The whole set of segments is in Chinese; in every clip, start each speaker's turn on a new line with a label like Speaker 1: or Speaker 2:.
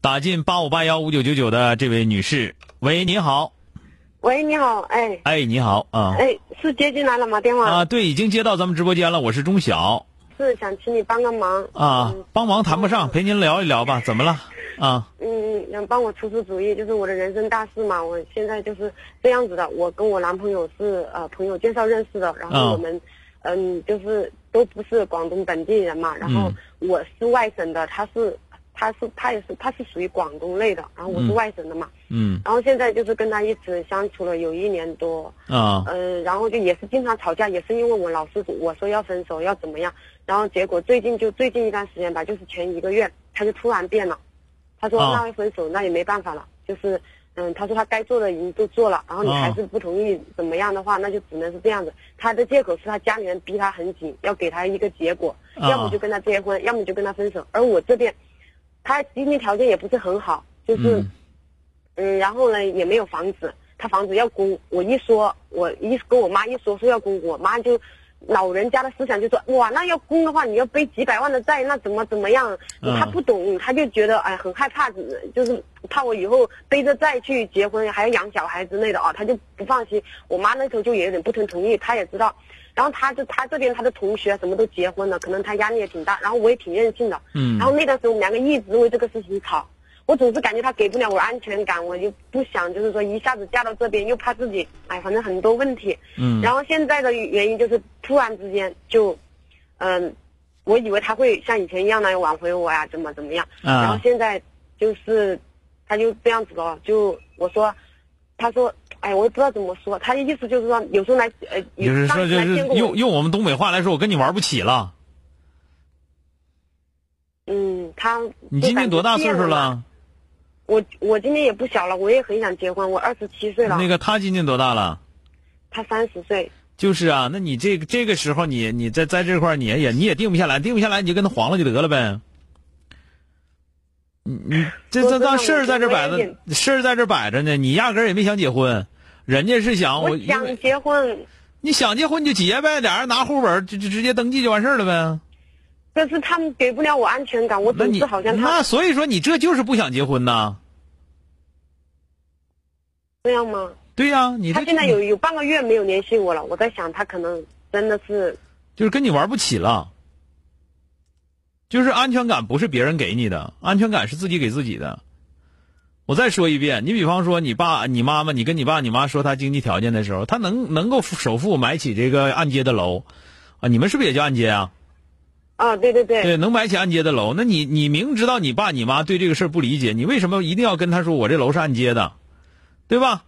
Speaker 1: 打进八五八幺五九九九的这位女士，喂，你好，
Speaker 2: 喂，你好，哎，
Speaker 1: 哎，你好啊、
Speaker 2: 哎，是接进来了吗？电话、
Speaker 1: 啊，对，已经接到咱们直播间了，我是钟晓
Speaker 2: 是想请你帮个忙，
Speaker 1: 啊，帮忙谈不上，陪您聊一聊吧，怎么了啊？
Speaker 2: 嗯，想帮我出出主意，就是我的人生大事嘛。我现在就是这样子的，我跟我男朋友是呃朋友介绍认识的，然
Speaker 1: 嗯
Speaker 2: 后我们嗯就是都不是广东本地人嘛，然后
Speaker 1: 嗯
Speaker 2: 我是外省的，他是他是他也是他是属于广东类的，然后我是
Speaker 1: 嗯
Speaker 2: 外省的嘛，
Speaker 1: 嗯
Speaker 2: 然后现在就是跟他一直相处了有一年多，
Speaker 1: 啊
Speaker 2: 嗯，然后就也是经常吵架，也是因为我老是我说要分手要怎么样，然后结果最近就最近一段时间吧，就是前一个月，他就突然变了，他说
Speaker 1: 啊
Speaker 2: 那要分手那也没办法了，就是嗯，他说他该做的已经都做了，然后你
Speaker 1: 啊
Speaker 2: 还是不同意怎么样的话，那就只能是这样子。他的借口是他家里人逼他很紧，要给他一个结果，
Speaker 1: 啊
Speaker 2: 要么就跟他结婚，要么就跟他分手。而我这边，他经济条件也不是很好，就是。
Speaker 1: 嗯
Speaker 2: 嗯，然后呢也没有房子，他房子要供，我一说，我一跟我妈一说说要供，我妈就老人家的思想就说，哇，那要供的话，你要背几百万的债，那怎么怎么样？
Speaker 1: 嗯
Speaker 2: 他不懂，他就觉得哎很害怕，就是怕我以后背着债去结婚，还要养小孩之类的啊，他就不放心。我妈那时候就也有点不曾同意，她也知道。然后他就他这边他的同学什么都结婚了，可能他压力也挺大，然后我也挺任性的，
Speaker 1: 嗯
Speaker 2: 然后那段时间我们两个一直为这个事情吵，我总是感觉他给不了我安全感，我就不想就是说一下子嫁到这边，又怕自己哎，反正很多问题。
Speaker 1: 嗯
Speaker 2: 然后现在的原因就是突然之间就，嗯、我以为他会像以前一样那样挽回我呀、怎么怎么样，
Speaker 1: 啊
Speaker 2: 然后现在就是他就这样子了，就我说，他说。哎，我也不知道怎么说，他的意思就是说，有时候来，呃，有
Speaker 1: 就是
Speaker 2: 上
Speaker 1: 说，
Speaker 2: 次
Speaker 1: 就
Speaker 2: 来
Speaker 1: 是
Speaker 2: 见过我
Speaker 1: 用用我们东北话来说，我跟你玩不起了。
Speaker 2: 嗯，他
Speaker 1: 你
Speaker 2: 就
Speaker 1: 今年
Speaker 2: 感
Speaker 1: 多
Speaker 2: 觉
Speaker 1: 大岁
Speaker 2: 变
Speaker 1: 数
Speaker 2: 嘛？
Speaker 1: 了？
Speaker 2: 我我今年也不小了，我也很想结婚，我二十七岁了，
Speaker 1: 那个他今年多大了？
Speaker 2: 他三十岁，
Speaker 1: 就是啊，那你这个这个时候你，你在在这块儿你也你也定不下来，定不下来你就跟他黄了就得了呗。你你这这
Speaker 2: 说真的
Speaker 1: 当事儿
Speaker 2: 我
Speaker 1: 在这
Speaker 2: 我
Speaker 1: 摆
Speaker 2: 有
Speaker 1: 着
Speaker 2: 点，
Speaker 1: 事儿在这摆着呢，你压根儿也没想结婚，人家是想
Speaker 2: 我
Speaker 1: 啊因
Speaker 2: 想
Speaker 1: 为
Speaker 2: 结婚，
Speaker 1: 你想结婚你就结呗，俩人拿户口本儿就就直接登记就完事儿了呗。
Speaker 2: 可是他们给不了我安全感，我
Speaker 1: 那
Speaker 2: 总
Speaker 1: 你
Speaker 2: 是好像
Speaker 1: 那
Speaker 2: 他
Speaker 1: 所以说你这就是不想结婚呐？
Speaker 2: 这样吗？
Speaker 1: 对呀、你这
Speaker 2: 他现在有有半个月没有联系我了，我在想他可能真的是，
Speaker 1: 就是跟你玩不起了。就是安全感不是别人给你的，安全感是自己给自己的。我再说一遍，你比方说你爸、你妈妈，你跟你爸、你妈说他经济条件的时候，他能能够首付买起这个按揭的楼，啊，你们是不是也叫按揭啊？
Speaker 2: 啊，对对对，
Speaker 1: 对，能买起按揭的楼，那你你明知道你爸你妈对这个事儿不理解，你为什么一定要跟他说我这楼是按揭的，对吧？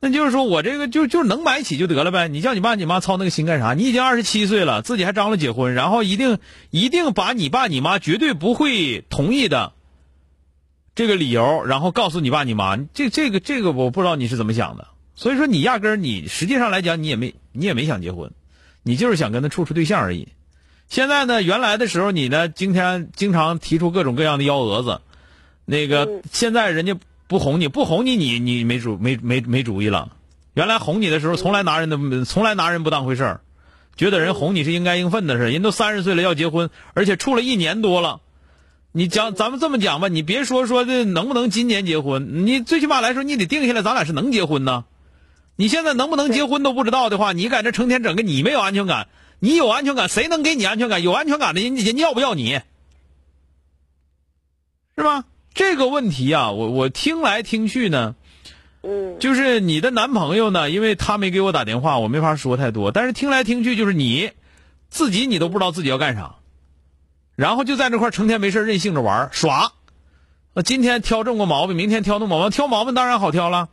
Speaker 1: 那就是说我这个就就是能买起就得了呗，你叫你爸你妈操那个心干啥？你已经二十七岁了，自己还张罗结婚，然后一定一定把你爸你妈绝对不会同意的这个理由，然后告诉你爸你妈，这这个这个我不知道你是怎么想的。所以说你压根儿你实际上来讲你也没你也没想结婚，你就是想跟他处处对象而已。现在呢，原来的时候你呢，经常经常提出各种各样的幺蛾子，那个、
Speaker 2: 嗯
Speaker 1: 现在人家不哄你，不哄你，你你没主没没没主意了。原来哄你的时候，从来拿人的从来拿人不当回事儿，觉得人哄你是应该应分的事儿。人都三十岁了要结婚，而且处了一年多了，你讲咱们这么讲吧，你别说说这能不能今年结婚，你最起码来说你得定下来，咱俩是能结婚呢。你现在能不能结婚都不知道的话，你在这成天整个你没有安全感，你有安全感，谁能给你安全感？有安全感的人，人家要不要你？是吧？这个问题啊，我我听来听去呢，
Speaker 2: 嗯，
Speaker 1: 就是你的男朋友呢，因为他没给我打电话，我没法说太多。但是听来听去，就是你自己你都不知道自己要干啥，然后就在那块儿成天没事儿任性着玩儿耍。那今天挑这么个毛病，明天挑那么毛病，挑毛病当然好挑了。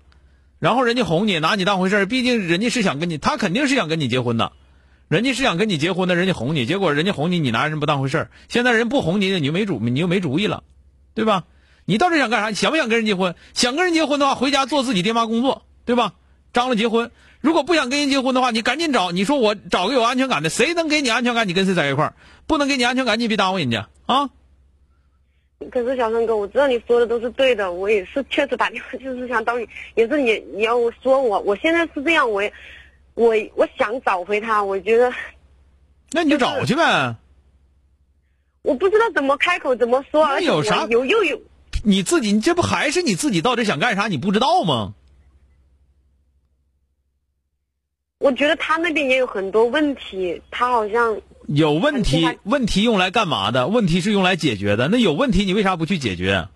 Speaker 1: 然后人家哄你，拿你当回事儿，毕竟人家是想跟你，他肯定是想跟你结婚的，人家是想跟你结婚的，人家哄你，结果人家哄你，你拿人不当回事儿。现在人不哄你，你就没主，你就没主意了，对吧？你到底想干啥？你想不想跟人结婚？想跟人结婚的话，回家做自己爹妈工作，对吧？张罗结婚。如果不想跟人结婚的话，你赶紧找，你说我找个有安全感的，谁能给你安全感，你跟谁在一块儿；不能给你安全感，你别耽误人家啊。
Speaker 2: 可是小生哥，我知道你说的都是对的，我也是确实打电话就是想找你，也是你你要说我，我现在是这样，我也我我想找回他，我觉得
Speaker 1: 那你就找去呗，
Speaker 2: 我不知道怎么开口怎么说，
Speaker 1: 那
Speaker 2: 而且
Speaker 1: 有
Speaker 2: 我
Speaker 1: 啥
Speaker 2: 有又有
Speaker 1: 你自己，你这不还是你自己到底想干啥？你不知道吗？
Speaker 2: 我觉得他那边也有很多问题，他好像
Speaker 1: 有问
Speaker 2: 很
Speaker 1: 题
Speaker 2: 厉害，
Speaker 1: 问题用来干嘛的？问题是用来解决的。那有问题，你为啥不去解决？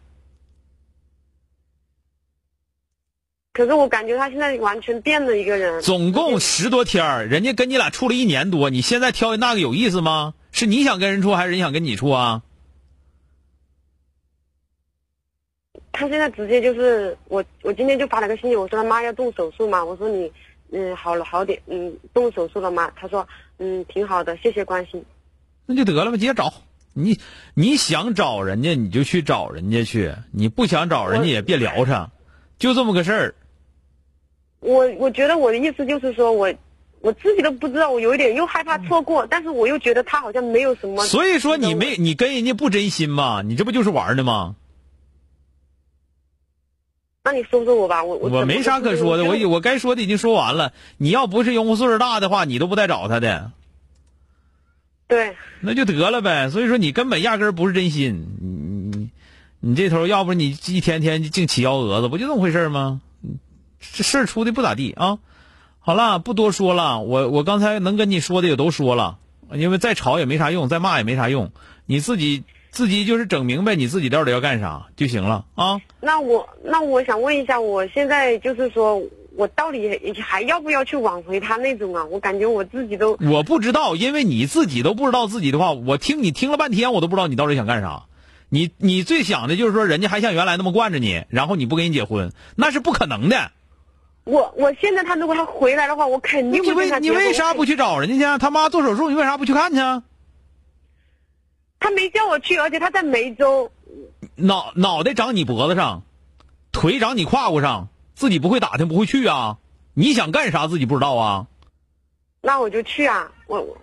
Speaker 2: 可是我感觉他现在完全变了一个人。
Speaker 1: 总共十多天儿，人家跟你俩处了一年多，你现在挑那个有意思吗？是你想跟人处，还是人想跟你处啊？
Speaker 2: 他现在直接就是我，我今天就发了个信息，我说他妈要动手术嘛，我说你，嗯，好了好点，嗯，动手术了吗？他说，嗯，挺好的，谢谢关心。
Speaker 1: 那就得了呗，接着找。你你想找人家，你就去找人家去；你不想找人家，
Speaker 2: 我
Speaker 1: 也别聊他，就这么个事儿。
Speaker 2: 我我觉得我的意思就是说我，我自己都不知道，我有一点又害怕错过，但是我又觉得他好像没有什么。
Speaker 1: 所以说，你
Speaker 2: 我
Speaker 1: 没你跟人家不真心嘛？你这不就是玩儿呢吗？
Speaker 2: 那你说说我吧，我我
Speaker 1: 我
Speaker 2: 怎么
Speaker 1: 没啥可说的，我
Speaker 2: 觉得
Speaker 1: 已我该说的已经说完了。你要不是因为岁数大的话，你都不带找他的，
Speaker 2: 对，
Speaker 1: 那就得了呗。所以说，你根本压根儿不是真心。你你你这头，要不你一天天净起幺蛾子，不就那么回事儿吗？这事儿出的不咋地啊。好了，不多说了，我我刚才能跟你说的也都说了，因为再吵也没啥用，再骂也没啥用，你自己自己就是整明白你自己到底要干啥就行了啊。
Speaker 2: 那我那我想问一下，我现在就是说我到底还要不要去挽回他那种啊？我感觉我自己都
Speaker 1: 我不知道，因为你自己都不知道自己的话，我听你听了半天，我都不知道你到底想干啥。你你最想的就是说，人家还像原来那么惯着你，然后你不跟人结婚，那是不可能的。
Speaker 2: 我我现在他如果他回来的话，我肯
Speaker 1: 你
Speaker 2: 定会跟
Speaker 1: 为
Speaker 2: 他
Speaker 1: 你
Speaker 2: 结婚
Speaker 1: 为啥不去找人家去啊？他妈做手术，你为啥不去看去啊？
Speaker 2: 他没叫我去，而且他在梅州，
Speaker 1: 脑脑袋长你脖子上，腿长你胯骨上，自己不会打听，不会去啊？你想干啥自己不知道啊？
Speaker 2: 那我就去啊。我我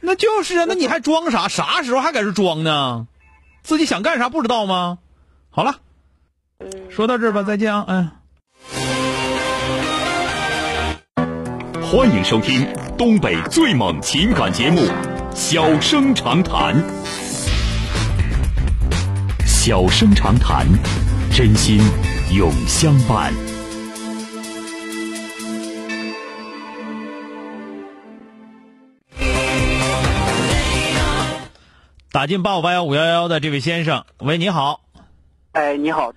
Speaker 1: 那就是啊，那你还装啥？啥时候还搁这装呢？自己想干啥不知道吗？好了，说到这儿吧，再见啊，哎。
Speaker 3: 欢迎收听东北最猛情感节目《小生长谈》。小生长谈，真心永相伴。
Speaker 1: 打进八五八幺五幺幺的这位先生，喂，你好，
Speaker 4: 哎，你好，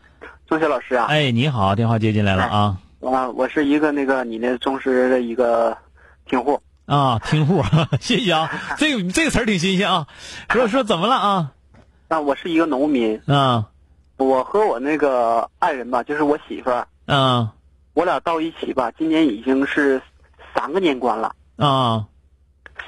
Speaker 4: 钟学老师啊，
Speaker 1: 哎，你好，电话接进来了啊
Speaker 4: 啊，我是一个那个你的忠实的一个听户，
Speaker 1: 啊，听户， 谢谢啊，这个这个词儿挺新鲜啊，说说怎么了啊
Speaker 4: 那我是一个农民，
Speaker 1: 啊
Speaker 4: 我和我那个爱人吧，就是我媳妇儿，
Speaker 1: 啊
Speaker 4: 我俩到一起吧，今年已经是三个年关了，
Speaker 1: 啊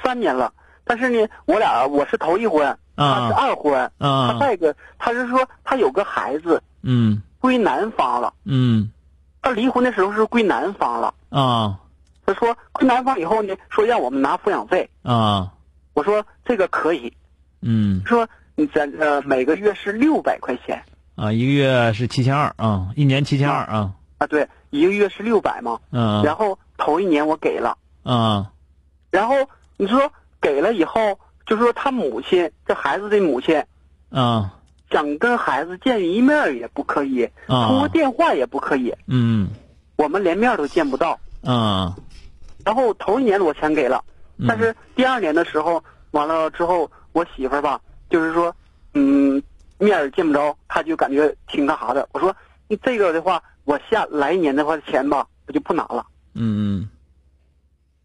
Speaker 4: 三年了。但是呢，我俩我是头一婚，她是二婚，她
Speaker 1: 啊，
Speaker 4: 再一个，她是说她有个孩子
Speaker 1: 嗯
Speaker 4: 归男方了，
Speaker 1: 嗯
Speaker 4: 她离婚的时候是归男方了，
Speaker 1: 啊
Speaker 4: 她说归男方以后呢，说让我们拿抚养费，
Speaker 1: 啊
Speaker 4: 我说这个可以，
Speaker 1: 嗯
Speaker 4: 说你咱呃每个月是六百块钱
Speaker 1: 啊，一个月是七千二啊，一年七千二啊，
Speaker 4: 啊，对，一个月是六百嘛。
Speaker 1: 嗯
Speaker 4: 然后头一年我给了，
Speaker 1: 啊
Speaker 4: 然后你说给了以后，就说他母亲这孩子的母亲
Speaker 1: 啊
Speaker 4: 想跟孩子见一面也不可以，
Speaker 1: 啊
Speaker 4: 通过电话也不可以，
Speaker 1: 嗯
Speaker 4: 我们连面都见不到。
Speaker 1: 啊
Speaker 4: 然后头一年我全给了，
Speaker 1: 嗯
Speaker 4: 但是第二年的时候，完了之后我媳妇儿吧，就是说，嗯，
Speaker 2: 面儿见不着，他就感觉挺干啥的。我说这个的话，我下来年的话钱吧，我就不拿了。
Speaker 1: 嗯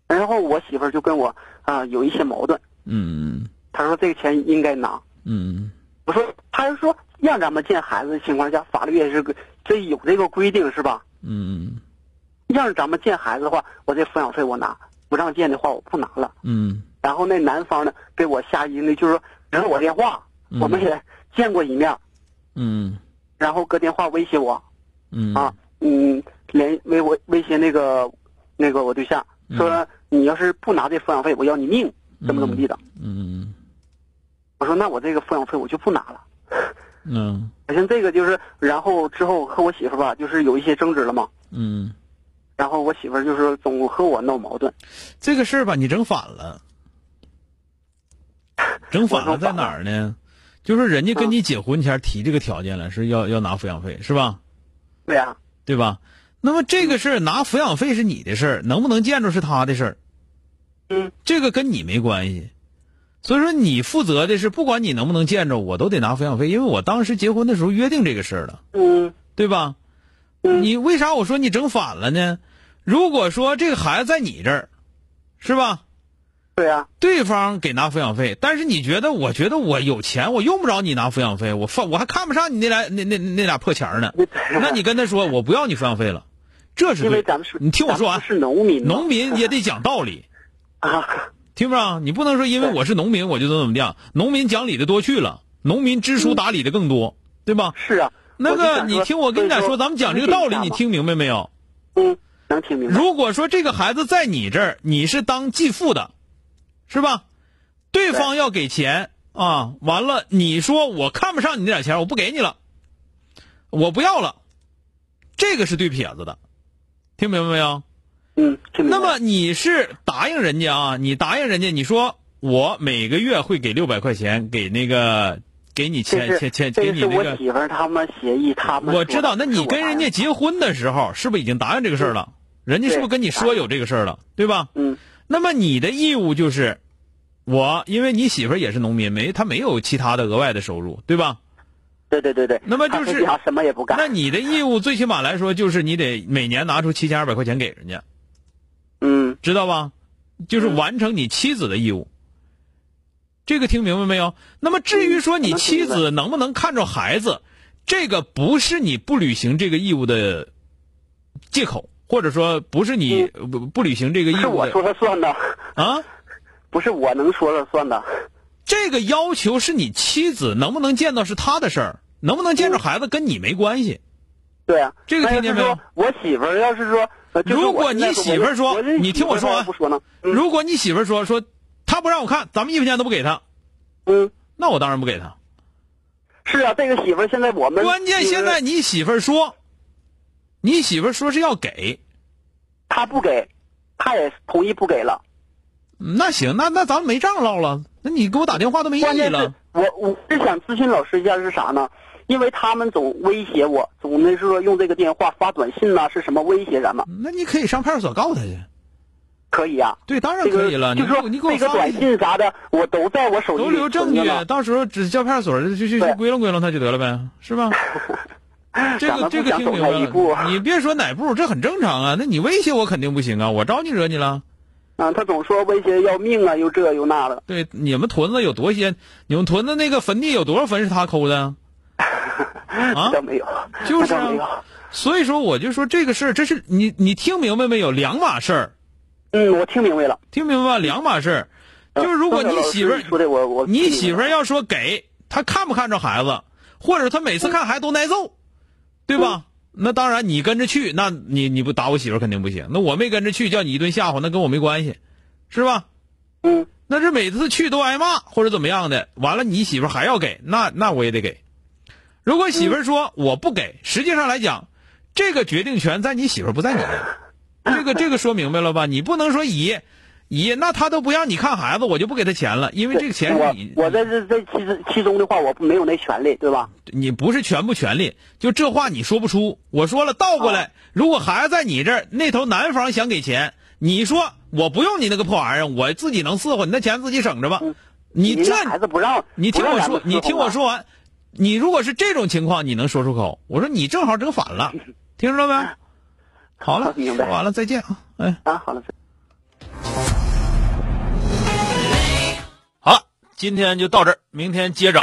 Speaker 2: 然后我媳妇儿就跟我啊、有一些矛盾，
Speaker 1: 嗯嗯
Speaker 2: 她说这个钱应该拿。
Speaker 1: 嗯
Speaker 2: 我说，她是说让咱们见孩子的情况下，法律也是个这有这个规定是吧？
Speaker 1: 嗯
Speaker 2: 让咱们见孩子的话，我这抚养费我拿；不让见的话，我不拿了。
Speaker 1: 嗯
Speaker 2: 然后那男方呢，给我下一那就是说留了我电话，
Speaker 1: 嗯
Speaker 2: 我们也见过一面，
Speaker 1: 嗯
Speaker 2: 然后搁电话威胁我
Speaker 1: 嗯
Speaker 2: 啊，嗯，连威我威胁那个那个我对象，
Speaker 1: 嗯
Speaker 2: 说你要是不拿这抚养费，我要你命，怎么怎么地的。
Speaker 1: 嗯
Speaker 2: 我说那我这个抚养费我就不拿了。
Speaker 1: 嗯
Speaker 2: 好像这个就是，然后之后和我媳妇儿吧，就是有一些争执了嘛。
Speaker 1: 嗯，
Speaker 2: 然后我媳妇儿就是总和我闹矛盾，
Speaker 1: 这个事儿吧，你整反了，整反了在哪儿呢？就是人家跟你结婚前提这个条件了，是要要拿抚养费是吧？
Speaker 2: 对啊呀、
Speaker 1: 对吧？那么这个事儿拿抚养费是你的事儿，能不能见着是他的事儿，
Speaker 2: 嗯，
Speaker 1: 这个跟你没关系。所以说你负责的是，不管你能不能见着，我都得拿抚养费，因为我当时结婚的时候约定这个事儿了，
Speaker 2: 嗯
Speaker 1: 对吧？你为啥我说你整反了呢？如果说这个孩子在你这儿，是吧？
Speaker 2: 对啊呀、
Speaker 1: 对方给拿抚养费，但是你觉得，我觉得我有钱，我用不着你拿抚养费，我放我还看不上你那俩那那那俩破钱儿呢。那你跟他说，我不要你抚养费了，这是
Speaker 2: 因为
Speaker 1: 对。
Speaker 2: 咱们是，
Speaker 1: 你听我说
Speaker 2: 咱
Speaker 1: 完
Speaker 2: 们，是农民嘛，
Speaker 1: 农民也得讲道理，
Speaker 2: 啊，
Speaker 1: 听不着？你不能说因为我是农民我就怎么怎么样，农民讲理的多去了，农民知书达理的更多，对吧？
Speaker 2: 是啊。
Speaker 1: 那
Speaker 2: 就
Speaker 1: 个，
Speaker 2: 想
Speaker 1: 你
Speaker 2: 说
Speaker 1: 听我跟你俩
Speaker 2: 所以
Speaker 1: 说，咱们讲这个道理，你听明白没有？
Speaker 2: 嗯，能听明白。
Speaker 1: 如果说这个孩子在你这儿，你是当继父的，是吧？对方要给钱啊，完了你说我看不上你那点钱，我不给你了，我不要了，这个是对撇子的，听明白没有？
Speaker 2: 嗯，听明白。
Speaker 1: 那么你是答应人家啊？你答应人家，你说我每个月会给六百块钱给那个给你
Speaker 2: 这
Speaker 1: 钱
Speaker 2: 是
Speaker 1: 钱钱
Speaker 2: 这
Speaker 1: 给
Speaker 2: 个
Speaker 1: 你
Speaker 2: 是
Speaker 1: 那
Speaker 2: 我
Speaker 1: 个，
Speaker 2: 媳妇儿他们协议，他们
Speaker 1: 我
Speaker 2: 说
Speaker 1: 知道。那
Speaker 2: 是
Speaker 1: 你
Speaker 2: 我
Speaker 1: 跟人家
Speaker 2: 答应
Speaker 1: 结婚的时候，是不是已经答应这个事儿了？人家是不是跟你说有这个事儿了，对吧？
Speaker 2: 嗯
Speaker 1: 那么你的义务就是，我因为你媳妇儿也是农民，没她没有其他的额外的收入，对吧？
Speaker 2: 对对对对，
Speaker 1: 那么就
Speaker 2: 他
Speaker 1: 是
Speaker 2: 自己好像什么也不干。
Speaker 1: 那你的义务最起码来说就是你得每年拿出七千二百块钱给人家，
Speaker 2: 嗯，
Speaker 1: 知道吧？就是完成你妻子的义务。这个听明白没有？那么至于说你妻子能不能看着孩子，这个不是你不履行这个义务的借口，或者说不是你不不履行这个义
Speaker 2: 嗯是
Speaker 1: 务
Speaker 2: 我
Speaker 1: 的
Speaker 2: 说了算的，
Speaker 1: 啊。
Speaker 2: 不是我能说了算的。
Speaker 1: 这个要求是你妻子能不能见到是她的事儿，能不能见着孩子跟你没关系。
Speaker 2: 对啊，
Speaker 1: 这个
Speaker 2: 那要
Speaker 1: 听见
Speaker 2: 是
Speaker 1: 没有
Speaker 2: 说我媳妇儿要是说，呃就是
Speaker 1: 如果
Speaker 2: 我现在
Speaker 1: 你媳妇儿说
Speaker 2: 我这
Speaker 1: 你听我
Speaker 2: 媳妇
Speaker 1: 说
Speaker 2: 儿
Speaker 1: 完
Speaker 2: 要不说呢？嗯
Speaker 1: 如果你媳妇儿说说她不让我看，咱们一分钱都不给她，
Speaker 2: 嗯，
Speaker 1: 那我当然不给她。
Speaker 2: 是啊，这个媳妇儿现在我们嗯
Speaker 1: 关键现在你媳妇儿说，你媳妇儿说是要给，
Speaker 2: 她不给，她也同意不给了。
Speaker 1: 那行，那那咱们没账唠了，那你给我打电话都没意
Speaker 2: 关
Speaker 1: 义
Speaker 2: 键是
Speaker 1: 了。
Speaker 2: 我我是想咨询老师一下是啥呢？因为他们总威胁我，总的是说用这个电话发短信呐、是什么威胁咱们？
Speaker 1: 那你可以上派出所告他去。
Speaker 2: 可以啊，
Speaker 1: 对，当然
Speaker 2: 这
Speaker 1: 可
Speaker 2: 个
Speaker 1: 以了。
Speaker 2: 就
Speaker 1: 你给
Speaker 2: 说
Speaker 1: 我你给我
Speaker 2: 这个
Speaker 1: 发
Speaker 2: 短信啥的，我都在我手机
Speaker 1: 都
Speaker 2: 里
Speaker 1: 留证
Speaker 2: 存着
Speaker 1: 据
Speaker 2: 呢，
Speaker 1: 到时候只叫派出所就去去去
Speaker 2: 对
Speaker 1: 归拢归拢他就得了呗，是 吧？这
Speaker 2: 咱
Speaker 1: 个
Speaker 2: 们
Speaker 1: 这
Speaker 2: 不
Speaker 1: 个
Speaker 2: 想
Speaker 1: 听
Speaker 2: 走
Speaker 1: 明白
Speaker 2: 那一步啊
Speaker 1: 了，你别说哪步，这很正常啊。那你威胁我肯定不行啊，我招你惹你了？
Speaker 2: 啊，他总说威胁要命啊，又这又那的。
Speaker 1: 对，你们屯子有多些？你们屯子那个坟地有多少坟是他抠的？啊
Speaker 2: 那，倒没有，
Speaker 1: 就
Speaker 2: 那
Speaker 1: 是
Speaker 2: 倒
Speaker 1: 啊
Speaker 2: 没有。
Speaker 1: 所以说我就说这个事儿，这是你你听明白没有？两码事儿，
Speaker 2: 嗯，我听明白了。
Speaker 1: 听明白吧？两码事儿，
Speaker 2: 嗯
Speaker 1: 就是如果
Speaker 2: 刚才
Speaker 1: 你
Speaker 2: 老师
Speaker 1: 媳妇儿
Speaker 2: 说的我我听
Speaker 1: 你
Speaker 2: 明白
Speaker 1: 媳妇儿要说给她看不看着孩子，或者她每次看孩子都挨揍，对
Speaker 2: 嗯
Speaker 1: 吧？那当然，你跟着去，那你你不打我媳妇儿肯定不行。那我没跟着去，叫你一顿吓唬，那跟我没关系，是吧？
Speaker 2: 嗯，
Speaker 1: 那是每次去都挨骂或者怎么样的，完了你媳妇儿还要给，那那我也得给。如果媳妇儿说我不给，实际上来讲，这个决定权在你媳妇儿不在你那儿，这个这个说明白了吧？你不能说以以那他都不让你看孩子，我就不给他钱了，因为这个钱是你
Speaker 2: 我我在这这其实其中的话，我没有那权利，对吧？
Speaker 1: 你不是权不权利，就这话你说不出。我说了，倒过来，如果孩子在你这儿，那头男方想给钱，你说我不用你那个破玩意儿，我自己能伺候，你那钱自己省着吧。你
Speaker 2: 嗯那
Speaker 1: 这
Speaker 2: 孩子不让
Speaker 1: 你听
Speaker 2: 不
Speaker 1: 我
Speaker 2: 让咱
Speaker 1: 说
Speaker 2: 们，伺
Speaker 1: 你
Speaker 2: 候
Speaker 1: 听我
Speaker 2: 啊，
Speaker 1: 说完，你如果是这种情况，你能说出口？我说你正好整反了，听着了没？好了，
Speaker 4: 明
Speaker 1: 说
Speaker 4: 白
Speaker 1: 完了，再见啊！哎，
Speaker 4: 啊，好了。
Speaker 1: 好了，今天就到这儿，明天接着。